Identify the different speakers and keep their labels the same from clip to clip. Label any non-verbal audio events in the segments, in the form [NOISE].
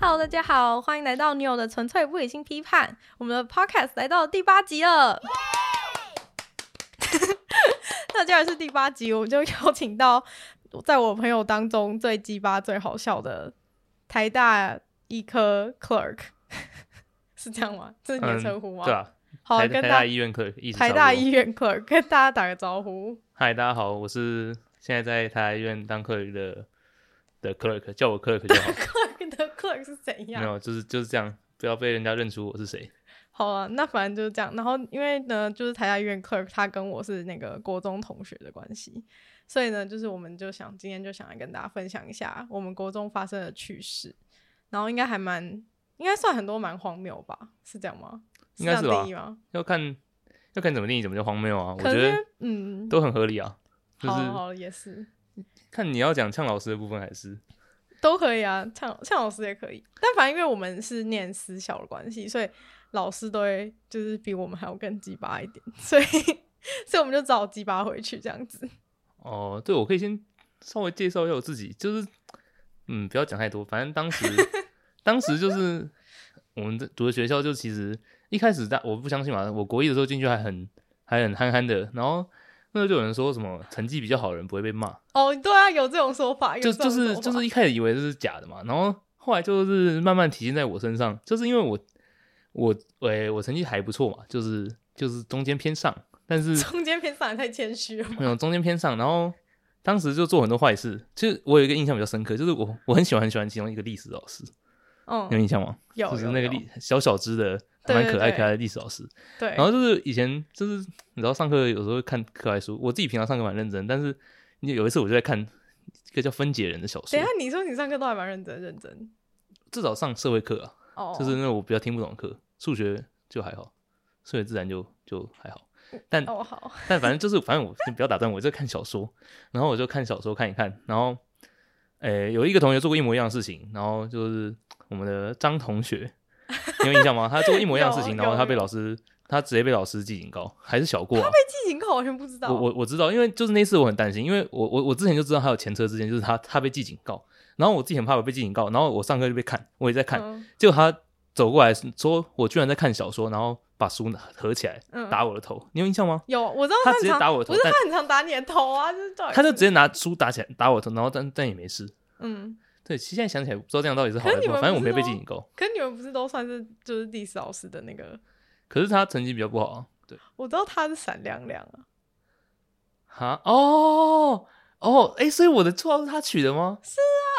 Speaker 1: Hello，大家好，欢迎来到女友的纯粹不理性批判，我们的 Podcast 来到第八集了。 [LAUGHS] 那既然是第八集，我们就邀请到在我朋友当中最鸡巴、最好笑的台大医科 clerk，是这样吗？这是你的
Speaker 2: 嗯
Speaker 1: 称呼吗？
Speaker 2: 对啊，
Speaker 1: 好，
Speaker 2: 台
Speaker 1: 跟
Speaker 2: 台
Speaker 1: 大
Speaker 2: 大医院科医师
Speaker 1: 台
Speaker 2: 差不
Speaker 1: 大
Speaker 2: 多
Speaker 1: 医院 clerk 跟大家打个招呼。。
Speaker 2: 嗨，大家好，我是现在在台大医院当 clerk 的的 clerk，叫我 clerk 就好
Speaker 1: clerk [LAUGHS] 的 clerk 是怎
Speaker 2: 没
Speaker 1: 样？
Speaker 2: 有，就是就是这样，不要被人家认出我是谁。
Speaker 1: 好啊，那反正就是这样。然后因为呢，就是台大医院 clerk 他跟我是那个国中同学的关系，所以呢，就是我们就想今天就想来跟大家分享一下我们国中发生的趣事，然后应该还蛮应该算很多蛮荒谬吧？是这样吗？
Speaker 2: 应该是
Speaker 1: 这样定
Speaker 2: 吧
Speaker 1: 义吗？
Speaker 2: 要看要看怎么定义怎么叫荒谬啊，我
Speaker 1: 可
Speaker 2: 觉
Speaker 1: 是
Speaker 2: 得
Speaker 1: 嗯，
Speaker 2: 都很合理啊，就
Speaker 1: 好
Speaker 2: 是
Speaker 1: 啊好啊也是
Speaker 2: 看你要讲呛老师的部分还是
Speaker 1: 都可以啊，像像老师也可以。但反正因为我们是念私校的关系，所以老师都会就是比我们还要更鸡巴一点，所以 [LAUGHS] 所以我们就只好鸡巴回去这样子。
Speaker 2: 哦，对，我可以先稍微介绍一下我自己，就是嗯，不要讲太多，反正当时当时就是我们的读的学校，就其实一开始大我不相信嘛，我国一的时候进去还很还很憨憨的，然后那时候就有人说什么成绩比较好的人不会被骂，
Speaker 1: 哦，对啊，有这种说法，有
Speaker 2: 就
Speaker 1: 这
Speaker 2: 就
Speaker 1: 种
Speaker 2: 是
Speaker 1: 说法
Speaker 2: 就是一开始以为这是假的嘛，然后后来就是慢慢体现在我身上，就是因为我我诶、我成绩还不错嘛，就是就是中间偏上，但是
Speaker 1: 中间偏上也太谦虚了吧。
Speaker 2: 没有中间偏上，然后当时就做很多坏事。其实我有一个印象比较深刻，就是我我很喜欢很喜欢其中一个历史老师，你有
Speaker 1: 嗯，
Speaker 2: 印象吗？
Speaker 1: 有
Speaker 2: 就是
Speaker 1: 有
Speaker 2: 那个
Speaker 1: 有
Speaker 2: 历小小只的还
Speaker 1: 对
Speaker 2: 蛮
Speaker 1: 对
Speaker 2: 可爱
Speaker 1: 对
Speaker 2: 可爱的历史老师。
Speaker 1: 对，
Speaker 2: 然后就是以前就是你知道上课有时候会看课外书，我自己平常上课蛮认真，但是你有一次我就在看一个叫分解人的小说
Speaker 1: 等一，下你说你上课都还蛮认真，认真
Speaker 2: 至少上社会课啊，
Speaker 1: 哦，
Speaker 2: 就是那我比较听不懂的课，数学就还好，数学自然就就还好。但
Speaker 1: 哦好，
Speaker 2: 但反正就是，反正我先不要打断我，我就看小说，然后我就看小说看一看，然后，呃，有一个同学做过一模一样的事情，然后就是我们的张同学，你有印象吗？他做过一模一样的事情，
Speaker 1: [LAUGHS] 有
Speaker 2: 然后他被
Speaker 1: 有
Speaker 2: 老师，他直接被老师记警告，还是小过、啊。
Speaker 1: 记警告完全不知道，
Speaker 2: 我我我知道，因为就是那次我很担心，因为我我我之前就知道他有前车之鉴，就是他他被记警告，然后我自己很怕我被记警告，然后我上课就被看，我也在看，
Speaker 1: 嗯
Speaker 2: 结果他走过来说，我居然在看小说，然后把书合起来
Speaker 1: 嗯
Speaker 2: 打我的头，你有印象吗？
Speaker 1: 有我知道
Speaker 2: 他
Speaker 1: 很
Speaker 2: 直接
Speaker 1: 常
Speaker 2: 打我的
Speaker 1: 不
Speaker 2: 头
Speaker 1: 是他
Speaker 2: 但
Speaker 1: 很常打你的头啊，就是到底
Speaker 2: 他就是直接拿书打起来打我头，然后但但也没事。
Speaker 1: 嗯，
Speaker 2: 对，其实现在想起来不知道这样到底是好
Speaker 1: 可
Speaker 2: 还
Speaker 1: 是你
Speaker 2: 是不好，
Speaker 1: 们
Speaker 2: 反正我
Speaker 1: 不
Speaker 2: 没
Speaker 1: 是
Speaker 2: 有被
Speaker 1: 都
Speaker 2: 记警告。
Speaker 1: 可是你们不是都算是就是历史老师的那个，
Speaker 2: 可是他成绩比较不好啊。对，
Speaker 1: 我知道他是闪亮亮啊，
Speaker 2: 哈哦哦，哎、所以我的绰号是他取的吗？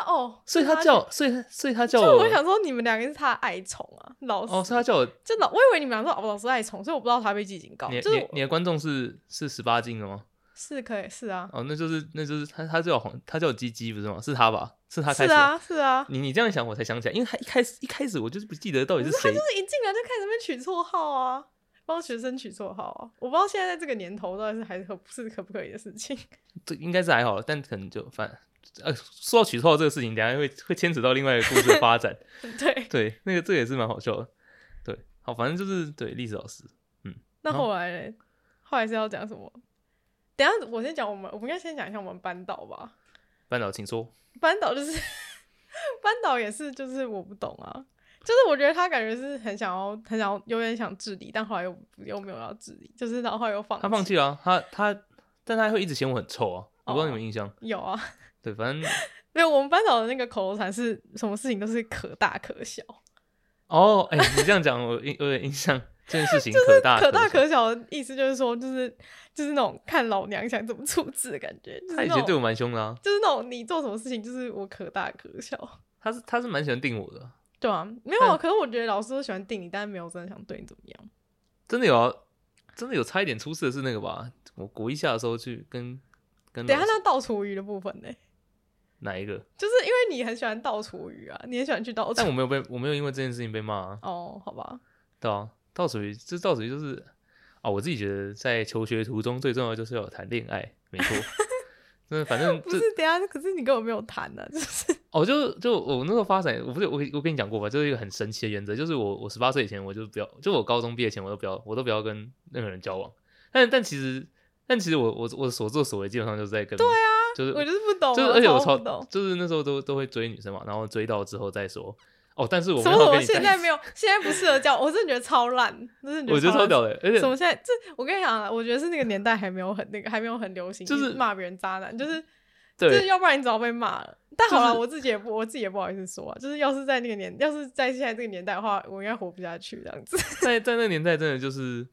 Speaker 1: 啊哦，
Speaker 2: 所以
Speaker 1: 是
Speaker 2: 他
Speaker 1: 取，
Speaker 2: 叫，所以他所以他叫
Speaker 1: 就
Speaker 2: 我，
Speaker 1: 我想说你们两个是他的爱宠啊，老师
Speaker 2: 哦，是他叫我。
Speaker 1: 就老，我以为你们俩说老师爱宠，所以我不知道他被记警告，
Speaker 2: 你
Speaker 1: 就是
Speaker 2: 你
Speaker 1: 哦我
Speaker 2: 你的观众是是十八禁的吗？
Speaker 1: 是可以是啊，
Speaker 2: 哦，那就是那就是他他叫黄他叫鸡鸡不是吗？是他吧？是他
Speaker 1: 是
Speaker 2: 开始的。
Speaker 1: 啊是啊，
Speaker 2: 你你这样想我才想起来，因为他一开始一开始我就是不记得到底是谁。
Speaker 1: 就是一进来就开始在那边取绰号啊，帮学生取绰号啊。我不知道现在在这个年头到底是还可不是可不可以的事情。 [LAUGHS]
Speaker 2: 这应该是还好，但可能就反呃，说到取绰号这个事情，等一下会会牵扯到另外一个故事的
Speaker 1: [LAUGHS]
Speaker 2: 发展。
Speaker 1: 对，
Speaker 2: 对，那个这个也是蛮好笑的。对，好，反正就是对历史老师，
Speaker 1: 那
Speaker 2: 哦
Speaker 1: 后来嘞、后来是要讲什么？等一下我先讲我们，我们应该先讲一下我们班导吧。
Speaker 2: 班导请说。
Speaker 1: 班导就是 [LAUGHS] 班导也是，就是我不懂啊。就是我觉得他感觉是很想要，很想要，有点想治理，但后来又又没有要治理，就是然后后来又放
Speaker 2: 他放弃了啊、他他，但他会一直嫌我很臭啊，我不知道你们印象。
Speaker 1: 有啊，
Speaker 2: 对，反正
Speaker 1: 没有我们班导的那个口头禅是什么事情都是可大可小，
Speaker 2: 哦，哎、你这样讲，我印我有印象这件
Speaker 1: [LAUGHS]
Speaker 2: 事情可大
Speaker 1: 可大
Speaker 2: 小。
Speaker 1: 可小的意思就是说，就是就是那种看老娘想怎么处置的感觉，就是那
Speaker 2: 他以
Speaker 1: 种
Speaker 2: 前对我蛮凶的啊，
Speaker 1: 就是那种你做什么事情，就是我可大可小，
Speaker 2: 他是他是蛮喜欢定我的，
Speaker 1: 对啊，没有啊，
Speaker 2: 嗯
Speaker 1: 可是我觉得老师都喜欢定你，但是没有真的想对你怎么样。
Speaker 2: 真的有啊真的有差一点出事的是那个吧？我国一下的时候去跟跟
Speaker 1: 等一下
Speaker 2: 嗯老师
Speaker 1: 那倒厨余的部分呢，
Speaker 2: 哪一个？
Speaker 1: 就是因为你很喜欢倒厨余啊，你很喜欢去倒
Speaker 2: [LAUGHS] 但
Speaker 1: 厨
Speaker 2: 我。没有被我没有因为这件事情被骂、啊，
Speaker 1: 哦，好吧，
Speaker 2: 对啊，倒属于这倒属于就是啊，我自己觉得在求学途中最重要的就是要有谈恋爱，没
Speaker 1: [LAUGHS]
Speaker 2: 错。那反正
Speaker 1: 不
Speaker 2: 这
Speaker 1: 是，等一下，可是你根本没有谈呢、就是 [LAUGHS]
Speaker 2: 哦，就就我那时候发展，我不是我我跟你讲过吧，就是一个很神奇的原则，就是我我十八岁以前我就不要，就我高中毕业前我都不要，我都不要跟任何人交往。但但其实但其实我我我所作所为基本上就是在跟对啊，就是
Speaker 1: 我就是不懂啊，
Speaker 2: 就是而且我
Speaker 1: 超不
Speaker 2: 超
Speaker 1: 懂，
Speaker 2: 就是那时候都都会追女生嘛，然后追到之后再说，哦，但是我
Speaker 1: 什
Speaker 2: 没
Speaker 1: 么
Speaker 2: 有
Speaker 1: 我
Speaker 2: 要
Speaker 1: 们
Speaker 2: 跟你
Speaker 1: 现在没有，现在不适合叫，我真的觉得超烂，真的
Speaker 2: 我觉得超
Speaker 1: 烂
Speaker 2: 屌的，而且
Speaker 1: 什么现在这？我跟你讲啊，我觉得是那个年代还没有很那个，还没有很流行，
Speaker 2: 就是
Speaker 1: 骂别人渣男，就是就
Speaker 2: 对
Speaker 1: 是要不然你早被骂了。但好了，
Speaker 2: 就是
Speaker 1: 我自己也不，我自己也不好意思说、啊，就是要是在那个年，要是在现在这个年代的话，我应该活不下去这样子。
Speaker 2: 在在那个年代，真的就是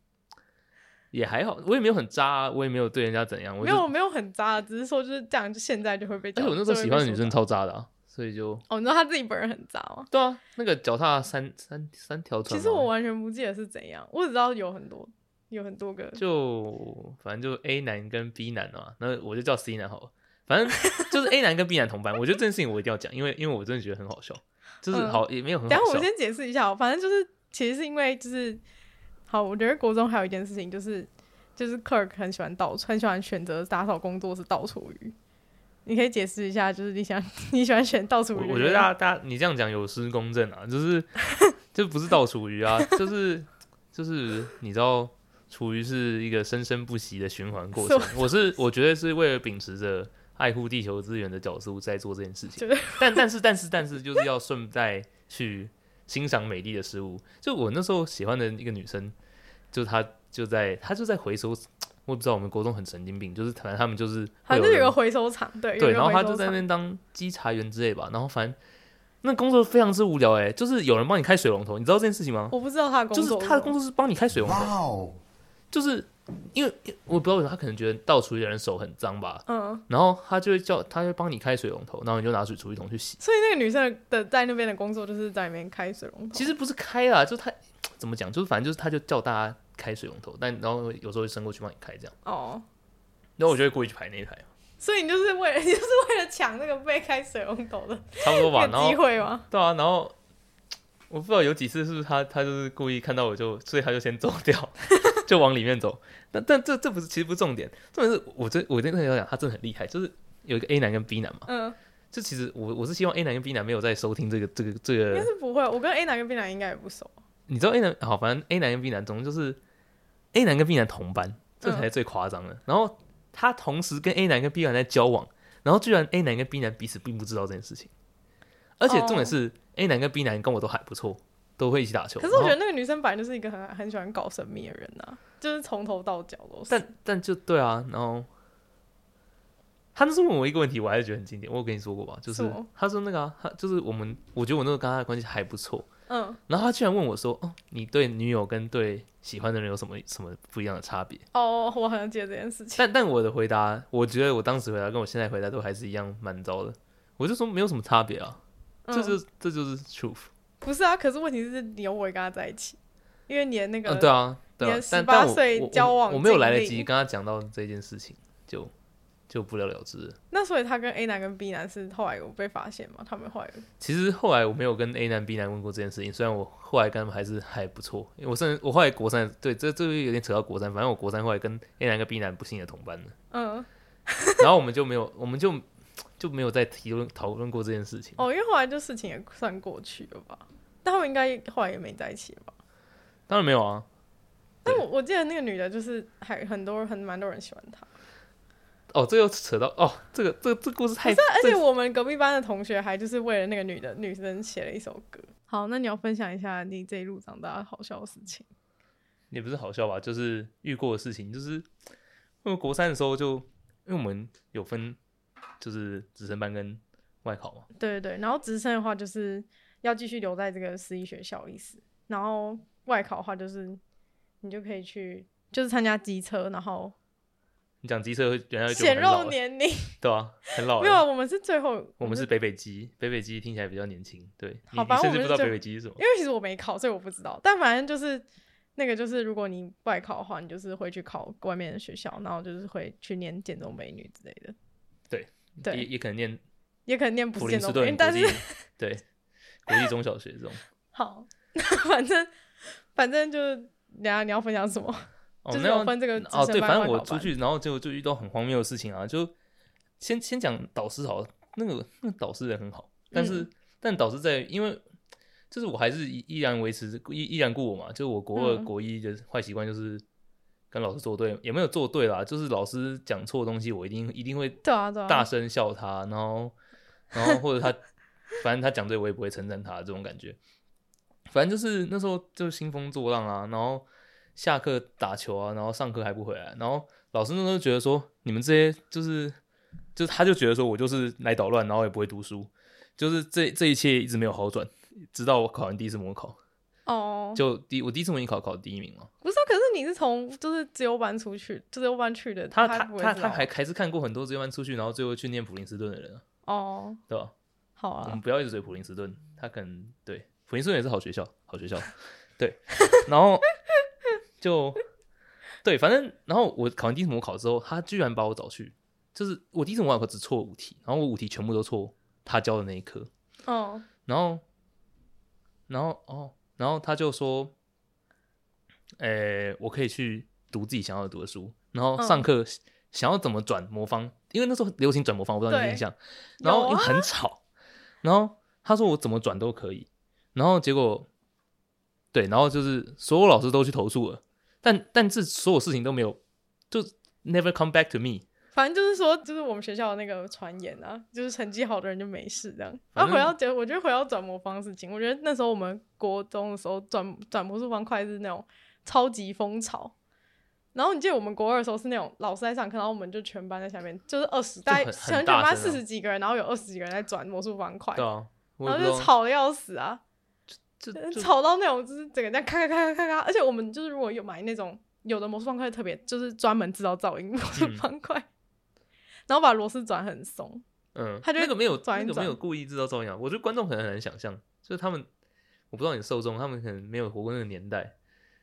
Speaker 2: 也还好，我也没有很渣、啊，我也没有对人家怎样，我
Speaker 1: 没
Speaker 2: 就
Speaker 1: 有没有很渣，啊只是说就是这样，就现在就会被
Speaker 2: 而
Speaker 1: 叫。
Speaker 2: 且我那时
Speaker 1: 就
Speaker 2: 候
Speaker 1: 会
Speaker 2: 喜
Speaker 1: 被
Speaker 2: 欢的女
Speaker 1: 说
Speaker 2: 生
Speaker 1: 渣，
Speaker 2: 超渣的、啊，所以就
Speaker 1: 哦，你知道他自己本人很渣吗？
Speaker 2: 对啊，那个脚踏三三三条船
Speaker 1: 其
Speaker 2: 嘛，
Speaker 1: 实我完全不记得是怎样，我只知道有很多有很多个，
Speaker 2: 就反正就 A 男跟 B 男嘛，那我就叫 C 男好了。反正就是 A 男跟 B 男同班，我觉得这件事情我一定要讲，因为因为我真的觉得很好笑，就是
Speaker 1: 嗯
Speaker 2: 好、也没有很好
Speaker 1: 等一下我
Speaker 2: 笑
Speaker 1: 们，先解释一下哦，反正就是其实是因为就是好，我觉得国中还有一件事情就是就是 Clerk 很喜欢到很喜欢选择打扫工作是倒厨余，你可以解释一下，就是你想 [LAUGHS] 你喜欢选倒厨余的啊
Speaker 2: 我
Speaker 1: 原因？
Speaker 2: 我觉得大家大家你这样讲有失公正啊，就是
Speaker 1: [LAUGHS]
Speaker 2: 就不是倒厨余啊，就是就是你知道厨余是一个生生不息的循环过程，我是我觉得是为了秉持着爱护地球资源的角度在做这件事情
Speaker 1: 就，
Speaker 2: 但但是但是但是就是要顺带去欣赏美丽的事物。就我那时候喜欢的一个女生，就她就在她就在回收。我不知道我们国中很神经病，就是反正他们就是
Speaker 1: 好
Speaker 2: 会
Speaker 1: 像就是
Speaker 2: 人
Speaker 1: 有个回收厂，对，有
Speaker 2: 对，
Speaker 1: 一个
Speaker 2: 然后
Speaker 1: 回
Speaker 2: 他
Speaker 1: 收
Speaker 2: 就在那
Speaker 1: 厂
Speaker 2: 边当稽查员之类吧，然后反正那工作非常之无聊哎、就是有人帮你开水龙头，你知道这件事情吗？
Speaker 1: 我不知道他的工
Speaker 2: 就
Speaker 1: 作什
Speaker 2: 是
Speaker 1: 么，
Speaker 2: 他的工作是帮你开水龙头，
Speaker 3: 哇哦！
Speaker 2: 就是因为我不知道为什么他可能觉得倒厨余的人手很脏吧，
Speaker 1: 嗯，
Speaker 2: 然后他就会叫他会帮你开水龙头，然后你就拿水厨余桶去洗。
Speaker 1: 所以那个女生的在那边的工作就是在里面开水龙头，
Speaker 2: 其实不是开啦，就他怎么讲，就是反正就是他就叫大家开水龙头，但然后有时候会伸过去帮你开这样，
Speaker 1: 哦。
Speaker 2: 然后我就会故意去排那一排，
Speaker 1: 所以你就是为了 [LAUGHS] 你就是为了抢那个被开水龙头的
Speaker 2: 差不多
Speaker 1: [LAUGHS] 那
Speaker 2: 吧。然
Speaker 1: 个
Speaker 2: 后
Speaker 1: 机会吗？
Speaker 2: 对啊，然后我不知道有几次是不是他，他就是故意看到我就，所以他就先走掉，就往里面走。但但这这不是，其实不是重点，重点是我真我真的要讲，他真的很厉害，就是有一个 A 男跟 B 男嘛。
Speaker 1: 嗯，
Speaker 2: 就其实我我是希望 A 男跟 B 男没有在收听这个这个这
Speaker 1: 应该
Speaker 2: 个，
Speaker 1: 是不会。我跟 A 男跟 B 男应该也不熟。
Speaker 2: 你知道 A 男好，反正 A 男跟 B 男总之就是 A 男跟 B 男同班，这才是最夸张的。然后他同时跟 A 男跟 B 男在交往，然后居然 A 男跟 B 男彼此并不知道这件事情，而且重点是、A 男跟 B 男跟我都还不错，都会一起打球。
Speaker 1: 哦可是我觉得
Speaker 2: 然后，
Speaker 1: 那个女生本来就是一个很很喜欢搞神秘的人呐、就是从头到脚都是。
Speaker 2: 但但就对啊，然后他那时候问我一个问题，我还是觉得很经典。我有跟你说过吧，就
Speaker 1: 什
Speaker 2: 是
Speaker 1: 么
Speaker 2: 他说那个、啊、他就是我们，我觉得我那时候跟他的关系还不错，
Speaker 1: 嗯，
Speaker 2: 然后他居然问我说：“哦，你对女友跟对喜欢的人有什么什么不一样的差别？”
Speaker 1: 哦，我好像记得这件事情。
Speaker 2: [LAUGHS] 但但我的回答，我觉得我当时回答跟我现在回答都还是一样蛮糟的。我就说没有什么差别啊，这
Speaker 1: 嗯、
Speaker 2: 就这就是 truth。
Speaker 1: 不是啊？可是问题是你有我也跟他在一起，因为你的那个、
Speaker 2: 嗯，对啊，对
Speaker 1: 你
Speaker 2: 啊
Speaker 1: 的。
Speaker 2: 但但
Speaker 1: 18
Speaker 2: 我
Speaker 1: 岁
Speaker 2: 我
Speaker 1: 交往
Speaker 2: 我没有来得
Speaker 1: 经
Speaker 2: 及
Speaker 1: 历
Speaker 2: 跟他讲到这件事情，就就不了了之了。
Speaker 1: 那所以他跟 A 男跟 B 男是后来有被发现吗？他们后来有
Speaker 2: 其实后来我没有跟 A 男 B 男问过这件事情，虽然我后来跟他们还是还不错。因为我甚至我后来国三，对这这有点扯到国三，反正我国三后来跟 A 男跟 B 男不幸的同班了， [LAUGHS]
Speaker 1: 嗯
Speaker 2: 然后我们就没有，我们就就没有再提论讨论过这件事情。
Speaker 1: 哦，因为后来就事情也算过去了吧？但他们应该后来也没在一起了吧？
Speaker 2: 当然没有啊，
Speaker 1: 但我我记得那个女的，就是还很多人很蛮多人喜欢她。
Speaker 2: 哦，这又扯到哦，这个这个这个故事太，
Speaker 1: 而
Speaker 2: 这
Speaker 1: 且我们隔壁班的同学还就是为了那个女的女生写了一首歌。好，那你要分享一下你这一路长大的好笑的事情。
Speaker 2: 也不是好笑吧，就是遇过的事情，就是因为国三的时候就因为我们有分就是直升班跟外考嘛，
Speaker 1: 对对对，然后直升的话就是要继续留在这个私立学校意思，然后外考的话就是你就可以去就是参加机车，然后
Speaker 2: 你讲机车会人家会觉得
Speaker 1: 显
Speaker 2: 我很
Speaker 1: 露
Speaker 2: 老欸，
Speaker 1: 年龄。
Speaker 2: 对啊，很老欸。
Speaker 1: 没有，我们是最后，
Speaker 2: 我们是北北基，北北基听起来比较年轻，对你
Speaker 1: 好
Speaker 2: 你
Speaker 1: 吧
Speaker 2: 甚
Speaker 1: 我
Speaker 2: 至
Speaker 1: 们
Speaker 2: 不知道
Speaker 1: 就
Speaker 2: 北北基是什么
Speaker 1: 因。为其实我没考，所以我不知道。但反正就是那个，就是如果你外考的话，你就是会去考外面的学校，然后就是会去念建中美女之类的。
Speaker 2: 对
Speaker 1: 对，
Speaker 2: 也也可能念
Speaker 1: 也可能念不
Speaker 2: 普
Speaker 1: 是
Speaker 2: 林
Speaker 1: 建
Speaker 2: 斯
Speaker 1: 中北
Speaker 2: 顿
Speaker 1: 女，
Speaker 2: 国
Speaker 1: 但
Speaker 2: 际
Speaker 1: 是
Speaker 2: 对国际中小学这种。
Speaker 1: [LAUGHS] 好， [LAUGHS] 反正反正就是，等一下你要分享什么？ [LAUGHS]
Speaker 2: 哦，
Speaker 1: 就是
Speaker 2: 那
Speaker 1: 有
Speaker 2: 要
Speaker 1: 分这个
Speaker 2: 哦，
Speaker 1: 直升
Speaker 2: 对，
Speaker 1: 班
Speaker 2: 反正
Speaker 1: 外
Speaker 2: 我
Speaker 1: 考
Speaker 2: 出
Speaker 1: 班
Speaker 2: 去，然后就就遇到很荒谬的事情啊，就先先讲导师好了，那个那个导师人很好，但是、
Speaker 1: 嗯
Speaker 2: 但导师在因为就是我还是依依然维持依依然故我嘛，就我国二、
Speaker 1: 嗯
Speaker 2: 国一的坏习惯就是跟老师作对，也没有作对啦，就是老师讲错东西，我一定一定会
Speaker 1: 对啊，对啊，
Speaker 2: 大声笑他，然后然后或者他反正他讲对我也不会称赞他这种感觉。反正就是那时候就兴风作浪啊，然后下课打球啊，然后上课还不回来，然后老师那时候觉得说你们这些就是，就是他就觉得说我就是来捣乱，然后也不会读书，就是这这一切一直没有好转，直到我考完第一次模拟考，
Speaker 1: 哦，
Speaker 2: 就第我第一次模拟考考第一名嘛，
Speaker 1: 不是啊，可是你是从就是自由班出去，自由班去的，
Speaker 2: 他
Speaker 1: 他
Speaker 2: 他
Speaker 1: 不会
Speaker 2: 他
Speaker 1: 知
Speaker 2: 他
Speaker 1: 道
Speaker 2: 还还是看过很多职业班出去，然后最后去念普林斯顿的人啊，
Speaker 1: 哦，
Speaker 2: 对吧？
Speaker 1: 好
Speaker 2: 我
Speaker 1: 啊
Speaker 2: 们，不要一直追普林斯顿，他可能对普林斯顿也是好学校，
Speaker 1: [LAUGHS]
Speaker 2: 好学校，对，然后就对，反正然后我考完第一次模考之后，他居然把我找去，就是我第一次模考只错五题，然后我五题全部都错他教的那一科，
Speaker 1: 哦，
Speaker 2: 然后然后哦，然后他就说，诶、我可以去读自己想要读的书，然后上
Speaker 1: 嗯
Speaker 2: 课想要怎么转魔方，因为那时候流行转魔方，我不知道你有
Speaker 1: 对
Speaker 2: 印象。然后
Speaker 1: 有啊
Speaker 2: 因为很吵，然后他说我怎么转都可以，然后结果对，然后就是所有老师都去投诉了，但但是所有事情都没有，就 never come back to me。
Speaker 1: 反正就是说，就是我们学校的那个传言啊，就是成绩好的人就没事这样。
Speaker 2: 反
Speaker 1: 然
Speaker 2: 正
Speaker 1: 后回到结，我觉得回到转魔方的事情，我觉得那时候我们国中的时候转转魔术方块是那种超级风潮。然后你记得我们国二的时候是那种老师在上课，然后我们就全班在下面，就是二十，大概
Speaker 2: 很很
Speaker 1: 全全
Speaker 2: 大
Speaker 1: 班
Speaker 2: 声
Speaker 1: 四
Speaker 2: 啊
Speaker 1: 十几个人，然后有二十几个人在转魔术方块，
Speaker 2: 对啊，我
Speaker 1: 然
Speaker 2: 也
Speaker 1: 后
Speaker 2: 不知
Speaker 1: 就
Speaker 2: 道，
Speaker 1: 吵的要死啊。
Speaker 2: 就
Speaker 1: 呃 [LAUGHS]
Speaker 2: 就
Speaker 1: 吵到那种就是整个这样咔咔咔咔咔咔，而且我们就是如果有买那种有的魔术方块特别就是专门制造噪音魔术
Speaker 2: 嗯
Speaker 1: 方块，然后把螺丝转很松，
Speaker 2: 嗯，
Speaker 1: 他就
Speaker 2: 那个没有
Speaker 1: 转一
Speaker 2: 那个没有
Speaker 1: 转
Speaker 2: 故意制造噪音啊，我觉得观众可能很难想象，就是他们我不知道你的受众，他们可能没有活过那个年代，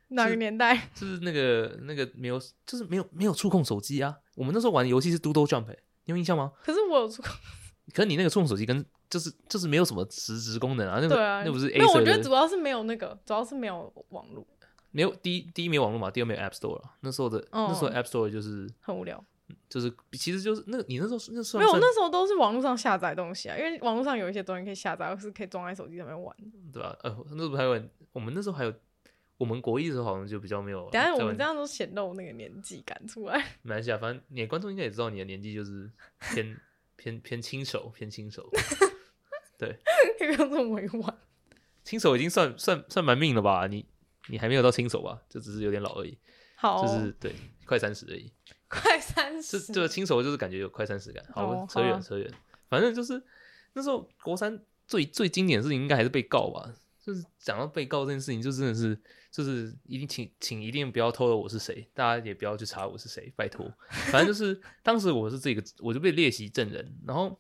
Speaker 1: 哪个年代？
Speaker 2: 就是那个那个没有，就是没有没有触控手机啊。我们那时候玩的游戏是 Doodle Jump，、欸、你有印象吗？
Speaker 1: 可是我有出
Speaker 2: 可是你那个触控手机跟就是就是没有什么实质功能啊，那个
Speaker 1: 对啊，
Speaker 2: 那不是 A
Speaker 1: 没有，我觉得主
Speaker 2: 的
Speaker 1: 要是没有那个，主要是没有网络，
Speaker 2: 没有第一第一没有网络嘛，第二没有 App Store 了。那时候的、
Speaker 1: 哦
Speaker 2: 那时候 App Store 就是
Speaker 1: 很无聊。
Speaker 2: 就是其实就是那个你那时候是啊那时候
Speaker 1: 没有，我那时候都是网络上下载东西啊，因为网络上有一些东西可以下载，或是可以装在手机上面玩。
Speaker 2: 对吧？呃，那时候还有我们那时候还有我们国一的时候好像就比较没有。
Speaker 1: 等一下我
Speaker 2: 在
Speaker 1: 们
Speaker 2: 玩
Speaker 1: 这样都显露那个年纪感出来。 [LAUGHS]
Speaker 2: 没关系啊，反正你的观众应该也知道你的年纪就是偏偏偏轻手偏轻手，
Speaker 1: 可以不用这么委婉。
Speaker 2: 轻手已经算算算蛮命了吧？你你还没有到轻手吧？就只是有点老而已，
Speaker 1: 好哦，
Speaker 2: 就是对快三十而已。
Speaker 1: 快三
Speaker 2: 这
Speaker 1: 十，
Speaker 2: 这轻熟就是感觉有快三十感。好，
Speaker 1: 哦
Speaker 2: 扯远
Speaker 1: 好啊
Speaker 2: 扯远，反正就是那时候国三最最经典的事情应该还是被告吧。就是讲到被告这件事情，就真的是就是一定请请一定不要透露我是谁，大家也不要去查我是谁，拜
Speaker 1: [LAUGHS]
Speaker 2: 托。反正就是当时我是这个，我就被列席证人，然后。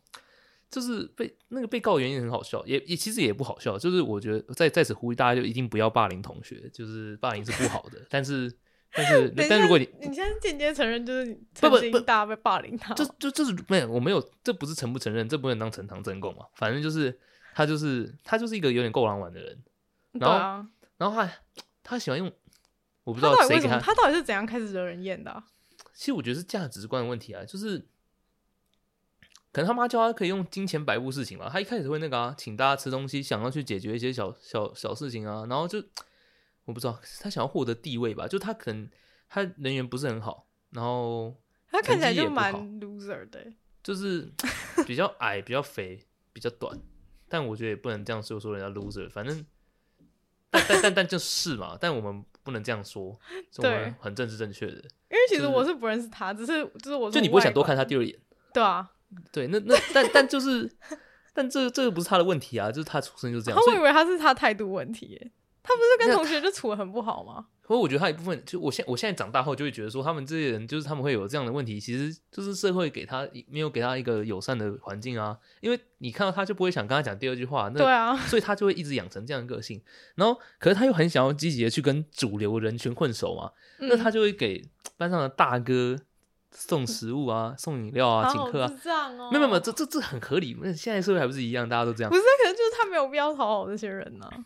Speaker 2: 就是被那个被告原因很好笑，也也其实也不好笑。就是我觉得在在此呼吁大家，就一定不要霸凌同学，就是霸凌是不好的。但是但
Speaker 1: [LAUGHS]
Speaker 2: 是
Speaker 1: 等一
Speaker 2: 但
Speaker 1: 下
Speaker 2: 如果你
Speaker 1: 你现在间接承认就是你
Speaker 2: 不
Speaker 1: 曾
Speaker 2: 不
Speaker 1: 经
Speaker 2: 不
Speaker 1: 大家被霸凌到，
Speaker 2: 就就就是没有，我没有，这不是承不承认，这不能当呈堂证供嘛。反正就是他就是他就是一个有点够狼玩的人，
Speaker 1: 对啊，
Speaker 2: 然后他他喜欢用，我啊不知
Speaker 1: 他
Speaker 2: 道
Speaker 1: 到底
Speaker 2: 谁
Speaker 1: 为
Speaker 2: 给
Speaker 1: 什么？
Speaker 2: 他，
Speaker 1: 他到底是怎样开始惹人厌的啊、
Speaker 2: 其实我觉得是价值观的问题啊，就是可能他妈教他可以用金钱摆布事情嘛，他一开始会那个啊，请大家吃东西，想要去解决一些小小小事情啊，然后就我不知道他想要获得地位吧，就他可能他人缘不是很好，然后
Speaker 1: 他看起来
Speaker 2: 成绩也
Speaker 1: 就
Speaker 2: 不好
Speaker 1: 蛮 loser 的欸、
Speaker 2: 就是 [LAUGHS] 比较矮、比较肥、比较短，但我觉得也不能这样说说人家 loser，反正但但但但就是嘛，但我们不能这样说，是我
Speaker 1: 对
Speaker 2: 们很政治正确的，
Speaker 1: 因为其实
Speaker 2: 就是
Speaker 1: 我是不认识他，只是就是我
Speaker 2: 就你不会想多看他第二眼，
Speaker 1: 他，对啊，
Speaker 2: 对，那那但但就是， [LAUGHS] 但这这个不是他的问题啊，就是他出生就是这
Speaker 1: 他
Speaker 2: 样，所
Speaker 1: 我
Speaker 2: 以
Speaker 1: 以为他是他态度问题耶、他不是跟
Speaker 2: 那
Speaker 1: 同学就处的很不好吗？
Speaker 2: 所以我觉得他一部分，就我现我现在长大后就会觉得说，他们这些人就是他们会有这样的问题，其实就是社会给他没有给他一个友善的环境啊，因为你看到他就不会想跟他讲第二句话，那
Speaker 1: 对啊，
Speaker 2: 所以他就会一直养成这样的个性。然后，可是他又很想要积极的去跟主流人群混熟嘛，那
Speaker 1: 嗯
Speaker 2: 他就会给班上的大哥送食物啊、送饮料啊、请
Speaker 1: 好
Speaker 2: 客啊
Speaker 1: 智。障哦，
Speaker 2: 没有没有没有，这这这很合理。那现在社会还不是一样，大家都这样
Speaker 1: 不。是，啊可能就是他没有必要讨好这些人呐、啊。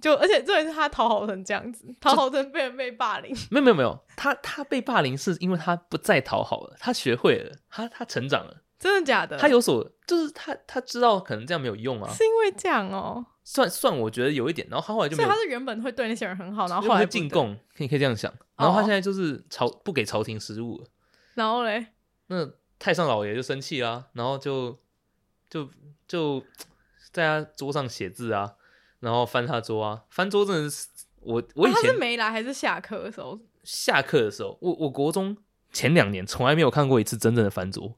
Speaker 1: 就而且重点是他讨好成这样子，讨好成被人被霸凌，
Speaker 2: 没有没有没有，他他被霸凌是因为他不再讨好了，他学会了，他他成长了，
Speaker 1: 真的假的？
Speaker 2: 他有所就是他他知道可能这样没有用啊。
Speaker 1: 嗯是因为这样哦、
Speaker 2: 算算我觉得有一点，然后他后来就没
Speaker 1: 所以
Speaker 2: 有
Speaker 1: 他是原本会对那些人很好，然后
Speaker 2: 就
Speaker 1: 后来
Speaker 2: 会
Speaker 1: 不
Speaker 2: 进
Speaker 1: 对，
Speaker 2: 贡，你可以这样想。然后他
Speaker 1: 哦
Speaker 2: 现在就是朝不给朝廷食物了。
Speaker 1: 然后嘞，
Speaker 2: 那太上老爷就生气啦，然后就就就在他桌上写字啊，然后翻他桌啊，翻桌真的是我我以
Speaker 1: 啊他
Speaker 2: 前
Speaker 1: 是没来还是下课的时候？
Speaker 2: 下课的时候，我我国中前两年从来没有看过一次真正的翻桌，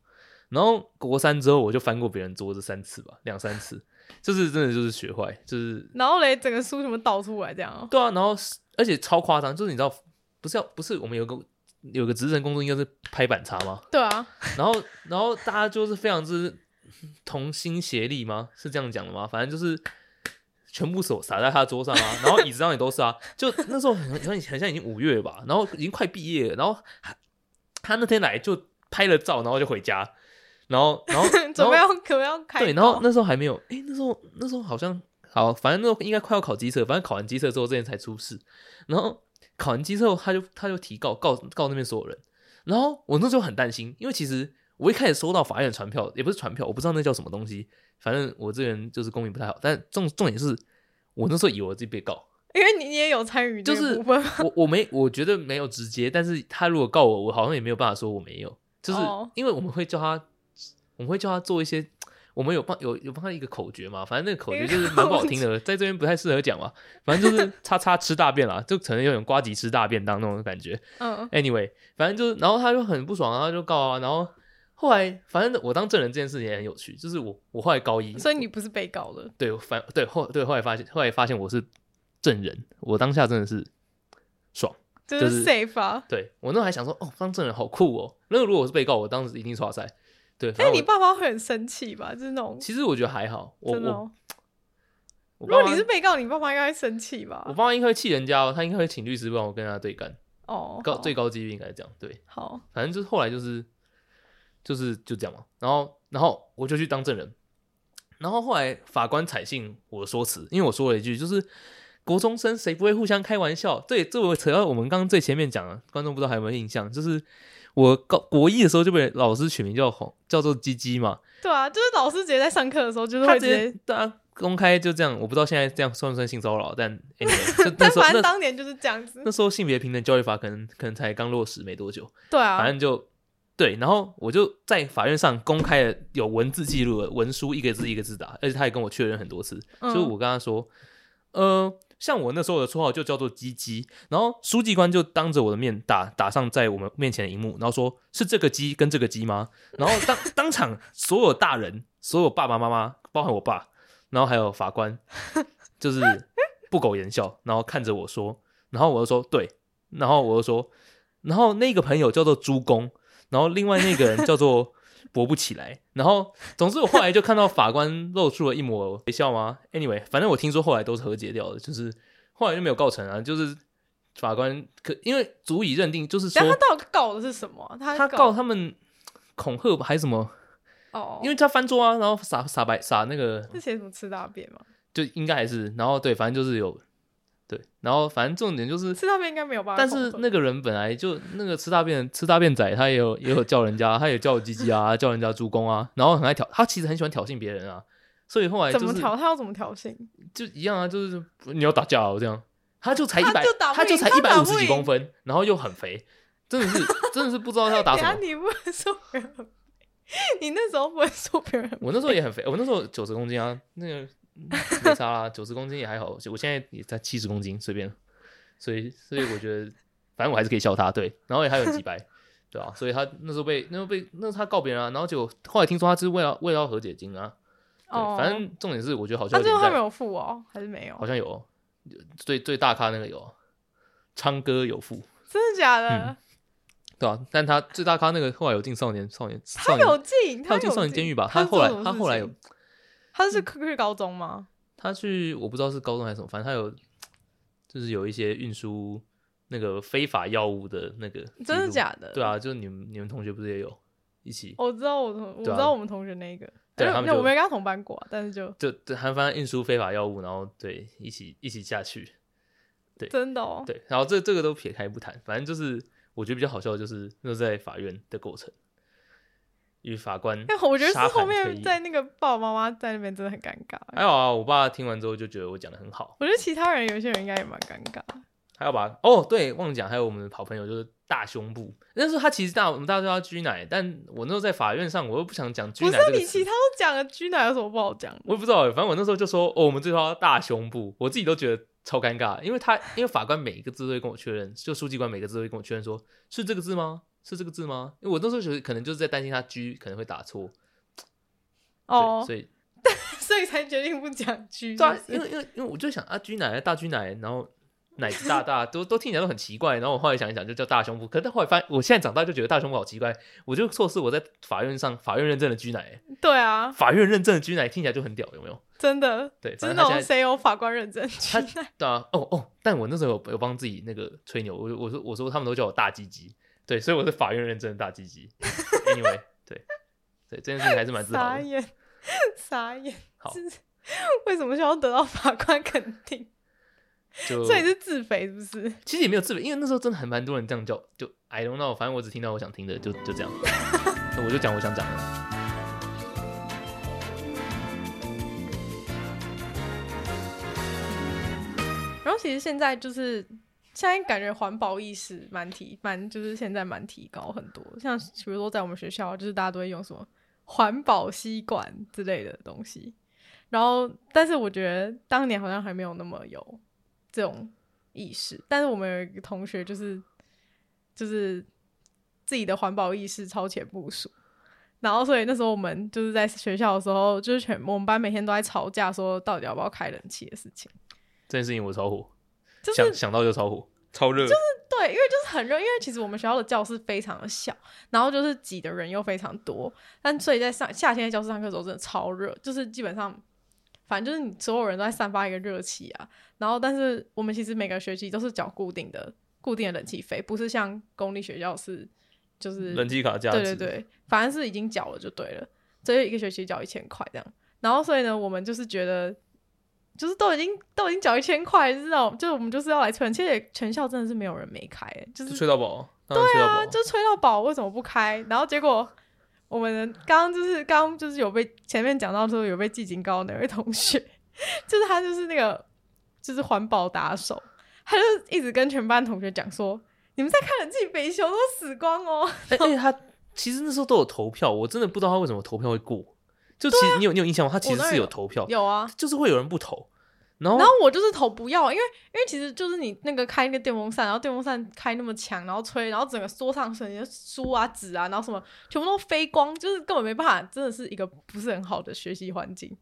Speaker 2: 然后国三之后我就翻过别人桌子三次吧，两三次，就是真的就是学坏，就是
Speaker 1: 然后嘞，整个书全部倒出来这样哦。
Speaker 2: 对啊，然后是而且超夸张，就是你知道不是要不是我们有个有个职能工作应该是拍板擦吗？ [LAUGHS]
Speaker 1: 对啊，
Speaker 2: 然后然后大家就是非常之同心协力吗？是这样讲的吗？反正就是全部手撒在他的桌上啊，然后椅子上也都是啊。就那时候很很很像已经五月了吧，然后已经快毕业了，然后还他那天来就拍了照，然后就回家，然后
Speaker 1: [LAUGHS]
Speaker 2: 然后然
Speaker 1: 准
Speaker 2: 后
Speaker 1: 备要准备要开
Speaker 2: 对，然后
Speaker 1: 刀
Speaker 2: 那时候还没有，诶，那时候那时候好像好，反正那时候应该快要考机测，反正考完机测之后这件才出事。然后考完机测后，他就他就提告告告那边所有人。然后我那时候很担心，因为其实我一开始收到法院传票，也不是传票，我不知道那叫什么东西，反正我这个人就是公民不太好。但重重点是我那时候以为我自己被告，
Speaker 1: 因为你你也有参与这
Speaker 2: 就
Speaker 1: 个
Speaker 2: 是
Speaker 1: 部分嘛，
Speaker 2: [LAUGHS] 我我没我觉得没有直接，但是他如果告我，我好像也没有办法说我没有，就是
Speaker 1: 哦
Speaker 2: 因为我们会叫他，我们会叫他做一些，我们有帮有有帮他一个口诀嘛，反正那个口诀就是蛮不好听的，在这边不太适合讲嘛，反正就是叉叉吃大便啦，就可能有点瓜吉吃大便当那种感觉。
Speaker 1: 嗯，
Speaker 2: Anyway，反正就是，然后他就很不爽啊，然后就告啊，然后后来反正我当证人这件事情也很有趣，就是我我后来高一，
Speaker 1: 所以你不是被告的，
Speaker 2: 对，反对后对后来发现后来发现我是证人，我当下真的是爽。
Speaker 1: 就
Speaker 2: 就是是
Speaker 1: safe 啊。
Speaker 2: 对我那时候还想说，哦，当证人好酷哦。那个如果我是被告，我当时一定刷赛。对，反
Speaker 1: 但哎
Speaker 2: 正
Speaker 1: 你
Speaker 2: 我
Speaker 1: 爸妈会很生气吧？就是那种
Speaker 2: 其实我觉得还好，我
Speaker 1: 真的
Speaker 2: 我
Speaker 1: 哦。
Speaker 2: 我
Speaker 1: 如
Speaker 2: 爸
Speaker 1: 果
Speaker 2: 妈
Speaker 1: 你是被告，你爸妈应该会生气吧
Speaker 2: 我？爸妈应该会气人家哦，他应该会请律师帮我跟他对干，
Speaker 1: 哦，
Speaker 2: 高
Speaker 1: 好
Speaker 2: 最高几率应该是这样。对，
Speaker 1: 好，
Speaker 2: 反正就是后来就是就是就这样嘛。然后然后我就去当证人，然后后来法官采信我的说辞，因为我说了一句就是。国中生谁不会互相开玩笑？对，这我扯到我们刚刚最前面讲了，观众不知道还有没有印象？就是我高国一的时候就被老师取名叫红，叫做鸡鸡嘛。
Speaker 1: 对啊，就是老师直接在上课的时候就是
Speaker 2: 他
Speaker 1: 会
Speaker 2: 直
Speaker 1: 直
Speaker 2: 接
Speaker 1: 接，
Speaker 2: 大家公开就这样，我不知道现在这样算不算性骚扰，但 anyway，就那
Speaker 1: [LAUGHS] 但
Speaker 2: 时候
Speaker 1: 反正
Speaker 2: 那
Speaker 1: 当年就是这样子
Speaker 2: 那。时候性别平等教育法可能可能才刚落实没多久，
Speaker 1: 对啊，
Speaker 2: 反正就对，然后我就在法院上公开了有文字记录的文书，一个字一个字打，而且他也跟我确认很多次，
Speaker 1: 嗯
Speaker 2: 所以我跟他说，呃，像我那时候的绰号就叫做鸡鸡，然后书记官就当着我的面打打上在我们面前的荧幕，然后说是这个鸡跟这个鸡吗？然后当当场所有大人，所有爸爸妈妈，包含我爸，然后还有法官，就是不苟言笑，然后看着我说，然后我就说对，然后我就说，然后那个朋友叫做朱公，然后另外那个人叫做勃不起来，然后总之我后来就看到法官露出了一抹微笑吗？Anyway，反正我听说后来都是和解掉的，就是后来就没有告成啊，就是法官可因为足以认定，就是说
Speaker 1: 然后他到底告的是什么啊？他
Speaker 2: 他告
Speaker 1: 告
Speaker 2: 他们恐吓吧还是什么，
Speaker 1: 哦，
Speaker 2: 因为他翻桌啊，然后撒撒白撒那个
Speaker 1: 是写什么吃大便吗？
Speaker 2: 就应该还是，然后对，反正就是有对，然后反正重点就是
Speaker 1: 吃大便应该没有办法
Speaker 2: 但
Speaker 1: 恐吓。
Speaker 2: 是那个人本来就那个吃大便吃大便仔，他也有也有叫人家，他也叫我鸡鸡啊，叫人家猪公啊，然后很爱挑，他其实很喜欢挑衅别人啊，所以后来
Speaker 1: 怎
Speaker 2: 就
Speaker 1: 么
Speaker 2: 是
Speaker 1: 挑？他要怎么挑衅？
Speaker 2: 就一样啊，就是你要打架哦、这样，他就才一百
Speaker 1: 他就，打不
Speaker 2: 他就
Speaker 1: 赢
Speaker 2: 才一
Speaker 1: 他
Speaker 2: 百
Speaker 1: 打
Speaker 2: 五
Speaker 1: 不
Speaker 2: 十几
Speaker 1: 赢
Speaker 2: 公分，然后又很肥，真的是真的是不知
Speaker 1: [LAUGHS]
Speaker 2: 道他要打
Speaker 1: 等
Speaker 2: 什
Speaker 1: 下
Speaker 2: 么。
Speaker 1: 你不能说别人很，你那时候不能说别人很
Speaker 2: 我那时候也很肥，我那时候九十公斤啊，那个嗯没差啦，九十公斤也还好，我现在也才七十公斤，随便。所以，所以我觉得，反正我还是可以笑他，对，然后也还有几白，对啊，所以他那时候被，那时候被，那时候他告别人啊，然后结果后来听说他是为了为了要和解金啊，对，
Speaker 1: 哦，
Speaker 2: 反正重点是我觉得好
Speaker 1: 他
Speaker 2: 像有
Speaker 1: 最后
Speaker 2: 点
Speaker 1: 他没
Speaker 2: 在，
Speaker 1: 有付哦，还是没有
Speaker 2: 好？像有哦最最大咖那个有哦，昌哥有付，
Speaker 1: 真的假
Speaker 2: 嗯
Speaker 1: 的？
Speaker 2: 对啊，但他最大咖那个后来有进少年少年
Speaker 1: 他
Speaker 2: 少年
Speaker 1: 有，进，
Speaker 2: 他
Speaker 1: 有
Speaker 2: 进少年监狱吧，
Speaker 1: 他
Speaker 2: 他
Speaker 1: 是
Speaker 2: 后来
Speaker 1: 做什么
Speaker 2: 他
Speaker 1: 事
Speaker 2: 后来
Speaker 1: 情
Speaker 2: 有嗯
Speaker 1: 他是去去高中吗？
Speaker 2: 他去我不知道是高中还是什么，反正他有就是有一些运输那个非法药物的那个，
Speaker 1: 真的？假哦的？
Speaker 2: 对，啊，就是你们你们同学不是也有一起？
Speaker 1: 我知道我同我知
Speaker 2: 对啊
Speaker 1: 道我们同学那一个，
Speaker 2: 对啊
Speaker 1: 哎
Speaker 2: 他们
Speaker 1: 那
Speaker 2: 就
Speaker 1: 我没跟他同班过啊，但是就
Speaker 2: 就对，他反正运输非法药物，然后对一起一起下去，对
Speaker 1: 真的哦，
Speaker 2: 对，然后这这个都撇开不谈，反正就是我觉得比较好笑的就是那在法院的过程与法官
Speaker 1: 因为哎我觉得是
Speaker 2: 沙
Speaker 1: 后
Speaker 2: 盘推
Speaker 1: 面
Speaker 2: 演啊
Speaker 1: 在那个爸爸妈妈在那边真的很尴尬，
Speaker 2: 还好啊，我爸听完之后就觉得我讲的很好，
Speaker 1: 我觉得其他人有些人应该也蛮尴尬，
Speaker 2: 还要把哦，对，忘讲，还有我们的好朋友就是大胸部，但是他其实大我们大家都叫居奶，但我那时候在法院上，我又不想讲居
Speaker 1: 不
Speaker 2: 奶
Speaker 1: 是
Speaker 2: 这个
Speaker 1: 你
Speaker 2: 词
Speaker 1: 其，他都讲了，居奶有什么不好讲？
Speaker 2: 我也不知道欸，反正我那时候就说哦，我们这叫大胸部，我自己都觉得超尴尬，因为他因为法官每一个字都会跟我确认，就书记官每个字都会跟我确认说是这个字吗？是这个字吗？因为我那时候觉得可能就是在担心他居可能会打错，对
Speaker 1: 哦，
Speaker 2: 所以
Speaker 1: 所以才决定不讲居。
Speaker 2: 对啊
Speaker 1: 是，不是
Speaker 2: 因为因为因为我就想啊，居奶大居奶，然后奶子大大，都都听起来都很奇怪。然后我后来想一想，就叫大胸部。可是后来发现，我现在长大就觉得大胸部好奇怪。我就错失我在法院上法院认证的居奶，
Speaker 1: 对啊，
Speaker 2: 法院认证的居奶听起来就很屌，有没有？
Speaker 1: 真的，哦
Speaker 2: 对，
Speaker 1: 就
Speaker 2: 反
Speaker 1: 是
Speaker 2: 正
Speaker 1: 那
Speaker 2: 他
Speaker 1: 种
Speaker 2: 现在
Speaker 1: 谁有法官认证居奶，
Speaker 2: 对啊，哦哦，但我那时候有有帮自己那个吹牛，我就我说我说他们都叫我大鸡鸡，对，所以我是法院认证的大鸡鸡。anyway，对对，这件事情还是蛮自豪
Speaker 1: 傻
Speaker 2: 的。
Speaker 1: 眼，傻眼。
Speaker 2: 好，
Speaker 1: 为什么需要得到法官肯定？
Speaker 2: 呃就
Speaker 1: 所以是自肥是不是？
Speaker 2: 其实也没有自卑，因为那时候真的很蛮多人这样叫，就 I don't know，反正我只听到我想听的，就就这样，
Speaker 1: [LAUGHS]
Speaker 2: 我就讲我想讲的。
Speaker 1: 然后其实现在就是现在感觉环保意识蛮提蛮就是现在蛮提高很多，像比如说在我们学校，就是大家都会用什么环保吸管之类的东西。然后，但是我觉得当年好像还没有那么有这种意识。但是我们有一个同学就是就是自己的环保意识超前部署。然后，所以那时候我们就是在学校的时候，就是全我们班每天都在吵架，说到底要不要开冷气的事情。
Speaker 2: 这件事情我超火，
Speaker 1: 就是
Speaker 2: 想想到就超火，超热，就是
Speaker 1: 对，因为就是很热，因为其实我们学校的教室非常的小，然后就是挤的人又非常多，但所以在上夏天在教室上课的时候真的超热，就是基本上，反正就是你所有人都在散发一个热气啊。然后，但是我们其实每个学期都是缴固定的固定的冷气费，不是像公立学校是就是
Speaker 2: 冷气卡加
Speaker 1: 对
Speaker 2: 值，
Speaker 1: 对对，反正是已经缴了就对了，所以一个学期缴一千块这样。然后所以呢，我们就是觉得，就是都已经都已经缴一千块，知道就是我们就是要来吹冷气，而且全校真的是没有人没开、欸就是
Speaker 2: 就吹到饱，对啊
Speaker 1: 就吹到饱，为什么不开？然后结果我们刚刚就是刚刚就是有被前面讲到说有被记警告的那位同学， [LAUGHS] 就是他就是那个就是环保打手，他就一直跟全班同学讲说。你们在看冷气，北熊都死光哦！
Speaker 2: 哎哎，他其实那时候都有投票，我真的不知道他为什么投票会过。就其实你有你有印象吗？他
Speaker 1: 啊
Speaker 2: 其
Speaker 1: 我
Speaker 2: 实
Speaker 1: 当然
Speaker 2: 是有
Speaker 1: 有
Speaker 2: 投票，
Speaker 1: 有啊，
Speaker 2: 就是会有人不投，然后
Speaker 1: 然后我就是投不要，因为因为其实就是你那个开那个电风扇，然后电风扇开那么强，然后吹，然后整个桌上所有的书啊、纸啊，然后什么全部都飞光，就是根本没办法，真的是一个不是很好的学习环境。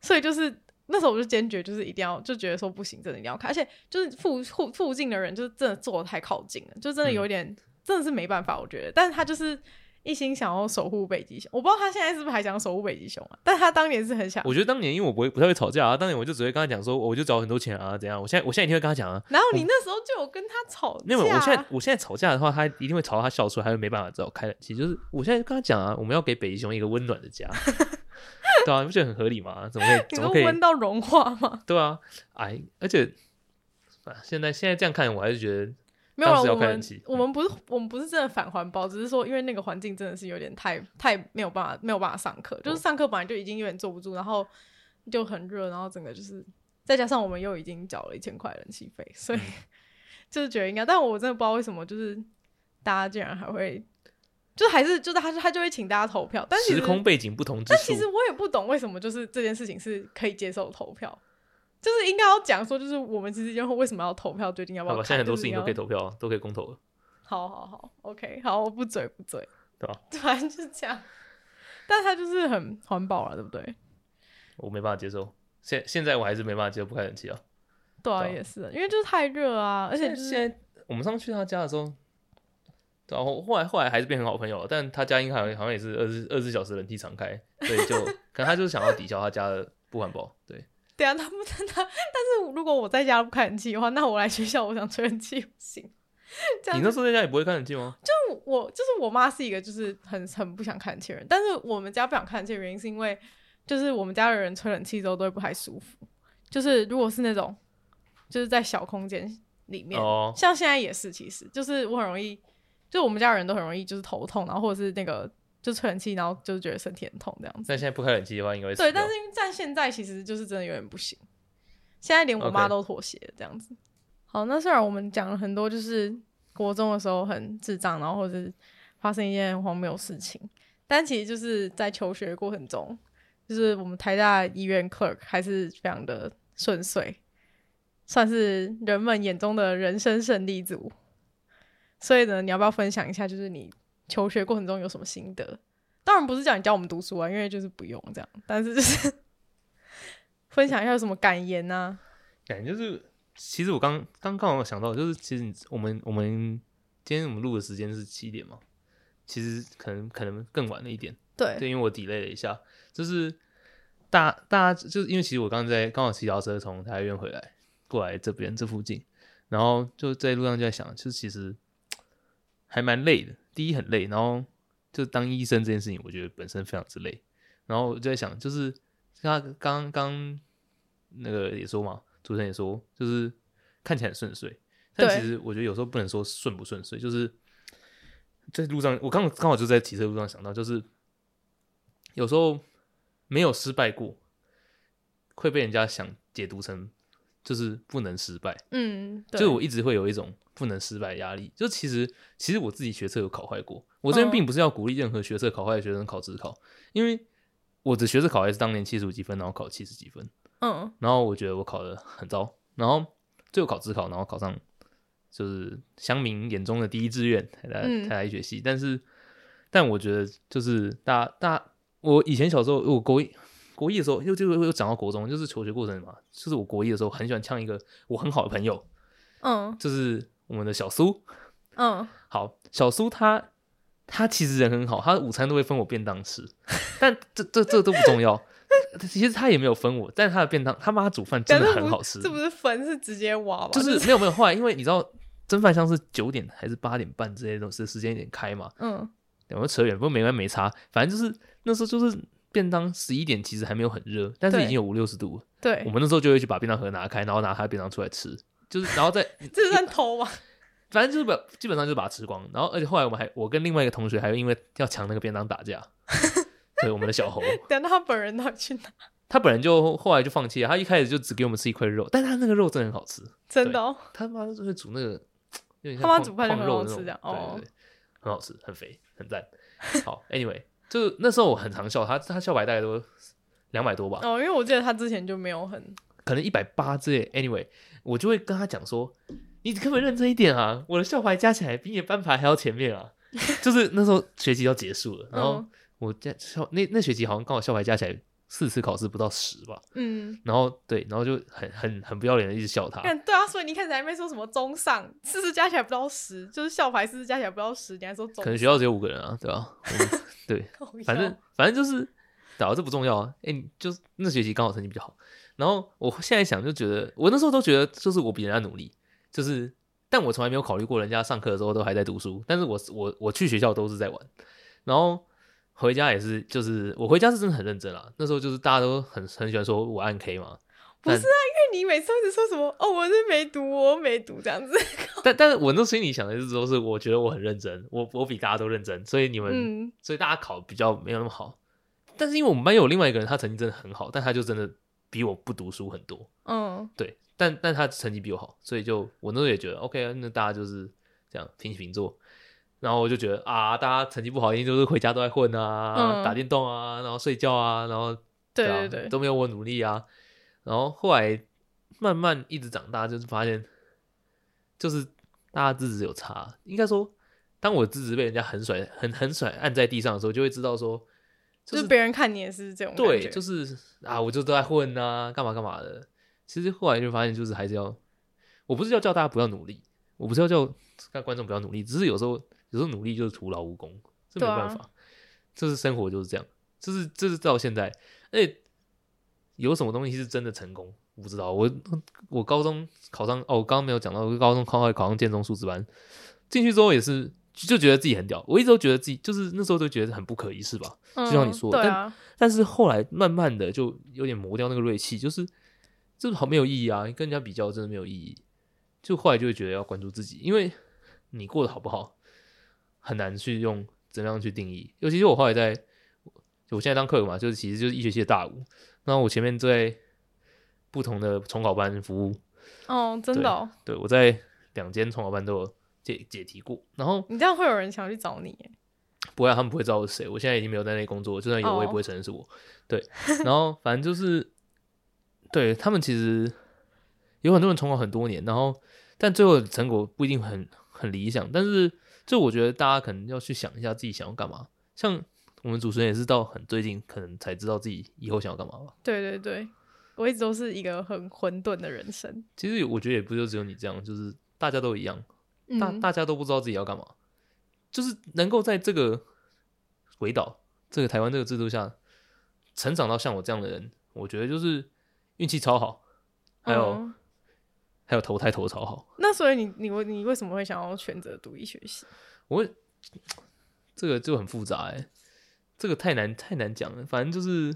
Speaker 1: 所以就是那时候我就坚决就是一定要就觉得说不行，真的一定要开，而且就是附附附近的人就是真的坐的太靠近了，就真的有点、真的是没办法，我觉得。但是他就是一心想要守护北极熊，我不知道他现在是不是还想守护北极熊啊，但他当年是很想。
Speaker 2: 我觉得当年因为我不会不太会吵架啊，当年我就只会跟他讲说，我就找很多钱啊，怎样？我现在我现在一定会跟他讲啊，
Speaker 1: 然后你那时候就有跟他吵架，
Speaker 2: 没有，我现
Speaker 1: 啊
Speaker 2: 在我现在吵架的话，他一定会吵到他笑出来，他就没办法只好开冷气。就是我现在就跟他讲啊，我们要给北极熊一个温暖的
Speaker 1: [LAUGHS]
Speaker 2: 家，对啊，你不觉得很合理吗？怎么可以？
Speaker 1: 你
Speaker 2: 怎
Speaker 1: 都
Speaker 2: 么可
Speaker 1: 温
Speaker 2: 以？
Speaker 1: 到融化吗？
Speaker 2: 对啊，哎，而且啊，现在现在这样看，我还是觉得
Speaker 1: 没有啊，
Speaker 2: [LAUGHS] 当时要
Speaker 1: 我
Speaker 2: 开冷
Speaker 1: 们
Speaker 2: 气嗯
Speaker 1: 我们不是我们不是真的反环保，只是说因为那个环境真的是有点太太没有办法没有办法上课，
Speaker 2: 哦
Speaker 1: 就是上课本来就已经有点坐不住，然后就很热，然后整个就是再加上我们又已经缴了一千块人气费，所以
Speaker 2: 嗯
Speaker 1: [LAUGHS] 就是觉得应该，但我真的不知道为什么，就是大家竟然还会，就还是就是他他就会请大家投票，但其
Speaker 2: 时
Speaker 1: 实
Speaker 2: 空背景不同之
Speaker 1: 但其实
Speaker 2: 处，
Speaker 1: 我也不懂为什么，就是这件事情是可以接受投票，就是应该要讲说，就是我们其实就为什么要投票，决定要不
Speaker 2: 好
Speaker 1: 要
Speaker 2: 吧，
Speaker 1: 看。
Speaker 2: 现在很多事情都可以
Speaker 1: 就是你
Speaker 2: 投票啊，都可以公投了。
Speaker 1: 要。好好好，OK，好，我不嘴不嘴，
Speaker 2: 对啊吧？
Speaker 1: 反正就是这样。但他就是很环保啊了，对不对？
Speaker 2: 我没办法接受，现现在我还是没办法接受不开冷气啊。
Speaker 1: 对啊，
Speaker 2: 对啊
Speaker 1: 也是，因为就是太热啊，而且
Speaker 2: 现
Speaker 1: 就
Speaker 2: 在
Speaker 1: 是
Speaker 2: 现在我们上次去他家的时候，然后后来后来还是变很好朋友了，但他家应该好像好像也是二十二十小时冷气常开，所以就
Speaker 1: [LAUGHS]
Speaker 2: 可能他就是想要抵消他家的不环保。对，
Speaker 1: 对啊，他不他 [LAUGHS] 他，但是如果我在家不开冷气的话，那我来学校我想吹冷气不行。 [LAUGHS] 这
Speaker 2: 你
Speaker 1: 样
Speaker 2: 那时候在家也不会开冷气吗？
Speaker 1: 我我啊就是我妈是一个就是很很不想看冷气的人，但是我们家不想看冷气的原因是因为就是我们家的人吹冷气之后都会不太舒服，就是如果是那种就是在小空间里面，
Speaker 2: 哦，
Speaker 1: 像现在也是，其实就是我很容易，就我们家人都很容易就是头痛，然后或者是那个就吹冷气，然后就是觉得身体很痛这样子。
Speaker 2: 但现在不开冷气的话，应该会死
Speaker 1: 对，
Speaker 2: 掉
Speaker 1: 但是因为在现在其实就是真的有点不行，现在连我
Speaker 2: OK
Speaker 1: 妈都妥协了这样子。好，那虽然我们讲了很多，就是国中的时候很智障，然后或者是发生一件荒谬的事情，但其实就是在求学的过程中，就是我们台大医院 clerk 还是非常的顺遂，算是人们眼中的人生胜利组。所以呢，你要不要分享一下，就是你求学过程中有什么心得？当然不是叫你教我们读书啊，因为就是不用这样，但是就是分享一下有什么感言啊呢、
Speaker 2: 感觉哎就是，其实我刚刚刚好想到，就是其实你我们我们今天我们录的时间是七点嘛，其实可能可能更晚了一点，
Speaker 1: 对，
Speaker 2: 对，因为我 delay 了一下，就是大大家就是因为其实我刚刚在刚好骑脚踏车从台院回来，过来这边这附近，然后就在路上就在想，就是其实还蛮累的。第一很累，然后就当医生这件事情，我觉得本身非常之累。然后我就在想，就是他刚刚那个也说嘛，主持人也说，就是看起来很顺遂，但
Speaker 1: 对
Speaker 2: 其实我觉得有时候不能说顺不顺遂，就是在路上，我刚好刚好就在骑车路上想到，就是有时候没有失败过，会被人家想解读成就是不能失败。
Speaker 1: 嗯，对
Speaker 2: 就是我一直会有一种不能失败的压力。就其实，其实我自己学测有考坏过。我这边
Speaker 1: 嗯
Speaker 2: 并不是要鼓励任何学测考坏的学生考职考，因为我的学测考还是当年七十五几分，然后考七十几分，
Speaker 1: 嗯
Speaker 2: 然后我觉得我考的很糟，然后最后考职考，然后考上就是乡民眼中的第一志愿台大
Speaker 1: 嗯
Speaker 2: 台大医学系。但是，但我觉得就是大大，我以前小时候，我国一国一的时候，又就又又讲到国中，就是求学过程嘛，就是我国一的时候很喜欢呛一个我很好的朋友。
Speaker 1: 嗯
Speaker 2: 就是我们的小苏。
Speaker 1: 嗯，
Speaker 2: 好，小苏他他其实人很好，他午餐都会分我便
Speaker 1: [LAUGHS]
Speaker 2: 当吃，但这这这都不重要。其实他也没有分我，但是他的便当，他妈煮饭真的
Speaker 1: 感觉
Speaker 2: 很
Speaker 1: 不
Speaker 2: 好吃，
Speaker 1: 这不是粉是直接挖吧？
Speaker 2: 就是没有没有后来，因为你知道蒸饭箱是九点还是八点半之类的东西时间点开嘛，
Speaker 1: 嗯
Speaker 2: 我们扯远，不过没关系没差，反正就是那时候就是便当十一点其实还没有很热，但是已
Speaker 1: 对
Speaker 2: 经有五六十度了，
Speaker 1: 对
Speaker 2: 我，们那时候就会去把便当盒拿开，然后拿他的便当出来吃，就是然后再
Speaker 1: 这算偷吗？
Speaker 2: 反正就是把基本上就是把它吃光，然后而且后来我们还我跟另外一个同学还因为要抢那个便当打
Speaker 1: [LAUGHS]
Speaker 2: 架，对我们的小猴，
Speaker 1: 等到他本人到底去哪？
Speaker 2: 他本人就后来就放弃了，他一开始就只给我们吃一块肉，但他那个肉真的很好吃，
Speaker 1: 真的、哦，
Speaker 2: 他妈就是煮那个有点像
Speaker 1: 他妈
Speaker 2: 矿
Speaker 1: 煮饭就
Speaker 2: 矿
Speaker 1: 很
Speaker 2: 肉
Speaker 1: 好
Speaker 2: 那种
Speaker 1: 吃这样
Speaker 2: 对
Speaker 1: 哦
Speaker 2: 对对，很好吃，很肥，很
Speaker 1: [LAUGHS]
Speaker 2: 赞。好，anyway，就那时候我很常笑他，他笑白大概都两百多吧，
Speaker 1: 哦，因为我记得他之前就没有很，
Speaker 2: 可能一百八之类。Anyway，我就会跟他讲说，你可不可以认真一点啊？我的校牌加起来比你的班牌还要前面啊！就是那时候学期要结束了，然后
Speaker 1: 嗯
Speaker 2: 我加校那那学期好像刚好校牌加起来四次考试不到十吧，
Speaker 1: 嗯，
Speaker 2: 然后对，然后就很很很不要脸的一直笑他。
Speaker 1: 看对啊，所以你一开始还没说什么中上，四次加起来不到十，就是校牌四次加起来不到十，你还说中
Speaker 2: 可能学校只有五个人啊，对吧、我们 [LAUGHS] 对，
Speaker 1: 靠腰
Speaker 2: 反正反正就是，打这不重要啊。哎、你就是那学期刚好成绩比较好，然后我现在想就觉得，我那时候都觉得就是我比人家努力，就是，但我从来没有考虑过人家上课的时候都还在读书，但是我我我去学校都是在玩，然后回家也是，就是我回家是真的很认真啦。那时候就是大家都很很喜欢说我按 K 嘛，
Speaker 1: 不是
Speaker 2: 但
Speaker 1: 啊，因为你每次都一直说什么哦，我是没读，我没读这
Speaker 2: [LAUGHS]
Speaker 1: 样子，
Speaker 2: 但但是我那心里想的是都是我觉得我很认真，我我比大家都认真，所以你们、
Speaker 1: 嗯，
Speaker 2: 所以大家考比较没有那么好。但是因为我们班有另外一个人，他成绩真的很好，但他就真的比我不读书很多，
Speaker 1: 嗯，
Speaker 2: 对，但但他成绩比我好，所以就我那时候也觉得 OK，啊那大家就是这样平起平坐。然后我就觉得啊，大家成绩不好，一定就是回家都在混啊，
Speaker 1: 嗯
Speaker 2: 打电动啊，然后睡觉啊，然后
Speaker 1: 对
Speaker 2: 啊
Speaker 1: 对对，
Speaker 2: 都没有我努力啊。然后后来慢慢一直长大，就是发现，就是大家资质有差。应该说，当我资质被人家狠甩、狠狠甩按在地上的时候，就会知道说，
Speaker 1: 就
Speaker 2: 就是
Speaker 1: 别人看你也是这种感
Speaker 2: 对，
Speaker 1: 觉
Speaker 2: 就是啊，我就都在混啊，干嘛干嘛的。其实后来就发现，就是还是要，我不是要叫大家不要努力，我不是要叫看观众不要努力，只是有时候有时候努力就是徒劳无功，这没
Speaker 1: 对啊
Speaker 2: 办法，就是生活就是这样，就是这是到现在，而且有什么东西是真的成功？不知道，我我高中考上哦，我刚刚没有讲到，我高中考考上建中数字班，进去之后也是就就觉得自己很屌，我一直都觉得自己就是那时候都觉得很不可一世吧，
Speaker 1: 就
Speaker 2: 就像你说的
Speaker 1: 对啊，
Speaker 2: 但是后来慢慢的就有点磨掉那个锐气，就是这好没有意义啊，跟人家比较真的没有意义。就后来就会觉得要关注自己，因为你过得好不好很难去用怎么样去定义。尤其是我后来在，我现在当课友嘛，就是其实就是医学系的大五，那我前面在不同的重考班服务，
Speaker 1: 哦，真的、哦，
Speaker 2: 对我在两间统考班都有解解题过，然后
Speaker 1: 你这样会有人想去找你耶，
Speaker 2: 不会、啊，他们不会知道我是谁。我现在已经没有在那工作，就算有，
Speaker 1: 哦
Speaker 2: 我也不会承认是我。对， [LAUGHS] 然后反正就是，对他们其实有很多人重考很多年，然后但最后的成果不一定很很理想。但是就我觉得大家可能要去想一下自己想要干嘛。像我们主持人也是到很最近可能才知道自己以后想要干嘛吧。
Speaker 1: 对对对，我一直都是一个很混沌的人生，
Speaker 2: 其实我觉得也不就只有你这样，就是大家都一样，大
Speaker 1: 嗯，
Speaker 2: 大家都不知道自己要干嘛，就是能够在这个围岛、这个台湾这个制度下成长到像我这样的人，我觉得就是运气超好，还有、
Speaker 1: 嗯
Speaker 2: 还有投胎投得超好。
Speaker 1: 那所以你你为你为什么会想要选择独立学习？
Speaker 2: 我会这个就很复杂哎、这个太难太难讲了。反正就是，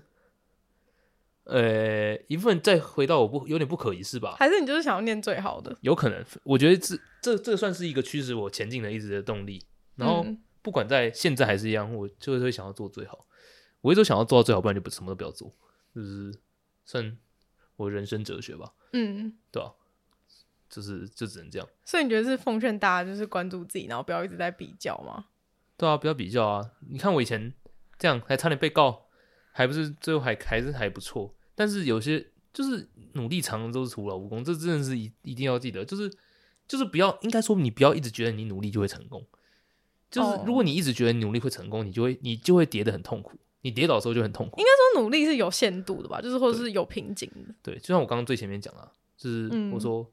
Speaker 2: 呃，一份再回到我不有点不可一世吧，
Speaker 1: 还是你就是想要念最好的？
Speaker 2: 有可能。我觉得这这这算是一个驱使我前进的一直的动力。然后
Speaker 1: 嗯
Speaker 2: 不管在现在还是一样，我就是会想要做最好。我一直都想要做到最好，不然就不什么都不要做，就是算我人生哲学吧，
Speaker 1: 嗯，
Speaker 2: 对吧、就是就只能这样，
Speaker 1: 所以你觉得是奉劝大家就是关注自己，然后不要一直在比较吗？
Speaker 2: 对啊，不要比较啊！你看我以前这样，还差点被告，还不是最后还还是还不错。但是有些就是努力常常都是徒劳无功，这真的是一一定要记得，就是就是不要，应该说你不要一直觉得你努力就会成功。就是
Speaker 1: 哦
Speaker 2: 如果你一直觉得你努力会成功，你就会你就会跌得很痛苦，你跌倒的时候就很痛苦。
Speaker 1: 说努力是有限度的吧，就是或者是有瓶颈的。
Speaker 2: 对，就像我刚刚最前面讲了，就是
Speaker 1: 嗯
Speaker 2: 我说、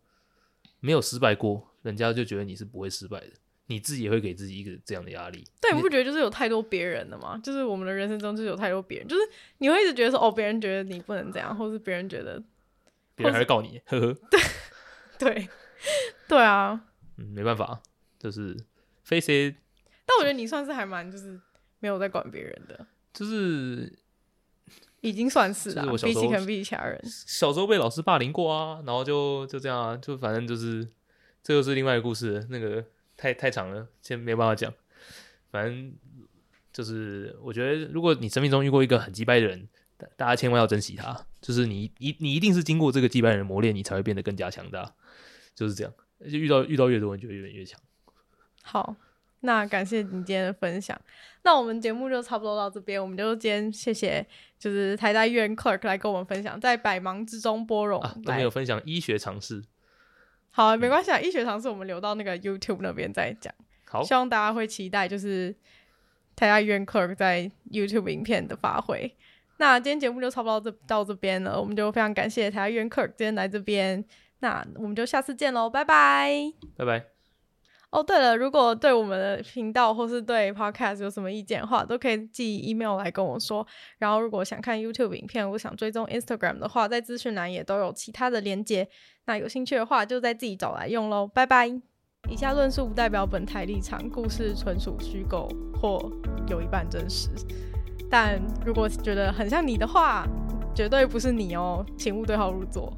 Speaker 2: 没有失败过，人家就觉得你是不会失败的，你自己也会给自己一个这样的压力。
Speaker 1: 但你
Speaker 2: 你
Speaker 1: 不觉得就是有太多别人了吗？就是我们的人生中就是有太多别人，就是你会一直觉得说哦，别人觉得你不能这样，或是别人觉得
Speaker 2: 别人还会告你，呵呵，
Speaker 1: 对 [LAUGHS] 对啊。
Speaker 2: 嗯，没办法，就是非 C，
Speaker 1: 但我觉得你算是还蛮就是没有在管别人的，
Speaker 2: 就是
Speaker 1: 已经算是
Speaker 2: 就是
Speaker 1: 啦，
Speaker 2: 我小
Speaker 1: 比
Speaker 2: 时
Speaker 1: 起
Speaker 2: 候
Speaker 1: 可能比起其他人，
Speaker 2: 小时候被老师霸凌过啊，然后就就这样啊，就反正就是这又是另外一个故事了，那个太太长了，先没办法讲。反正就是我觉得，如果你生命中遇过一个很击败的人，大大家千万要珍惜他，就是你一你一定是经过这个击败人的磨练，你才会变得更加强大，就是这样。就遇到遇到越多，你就越越强。
Speaker 1: 好，那感谢你今天的分享。那我们节目就差不多到这边，我们就今天谢谢就是台大医院 clerk 来跟我们分享，在百忙之中拨冗
Speaker 2: 啊，都
Speaker 1: 来。
Speaker 2: 没有分享医学常识。
Speaker 1: 好啊，没关系啊，医学常识我们留到那个 YouTube 那边再讲。
Speaker 2: 好，
Speaker 1: 希望大家会期待就是台大医院 clerk 在 YouTube 影片的发挥。那今天节目就差不多到这到这边了，我们就非常感谢台大医院 clerk 今天来这边。那我们就下次见喽，拜拜。
Speaker 2: 拜拜。
Speaker 1: 哦，对了，如果对我们的频道或是对 Podcast 有什么意见的话，都可以寄 email 来跟我说。然后，如果想看 YouTube 影片，我想追踪 Instagram 的话，在资讯栏也都有其他的连接。那有兴趣的话，就再自己找来用喽。拜拜。以下论述不代表本台立场，故事纯属虚构或有一半真实。但如果觉得很像你的话，绝对不是你哦，请勿对号入座。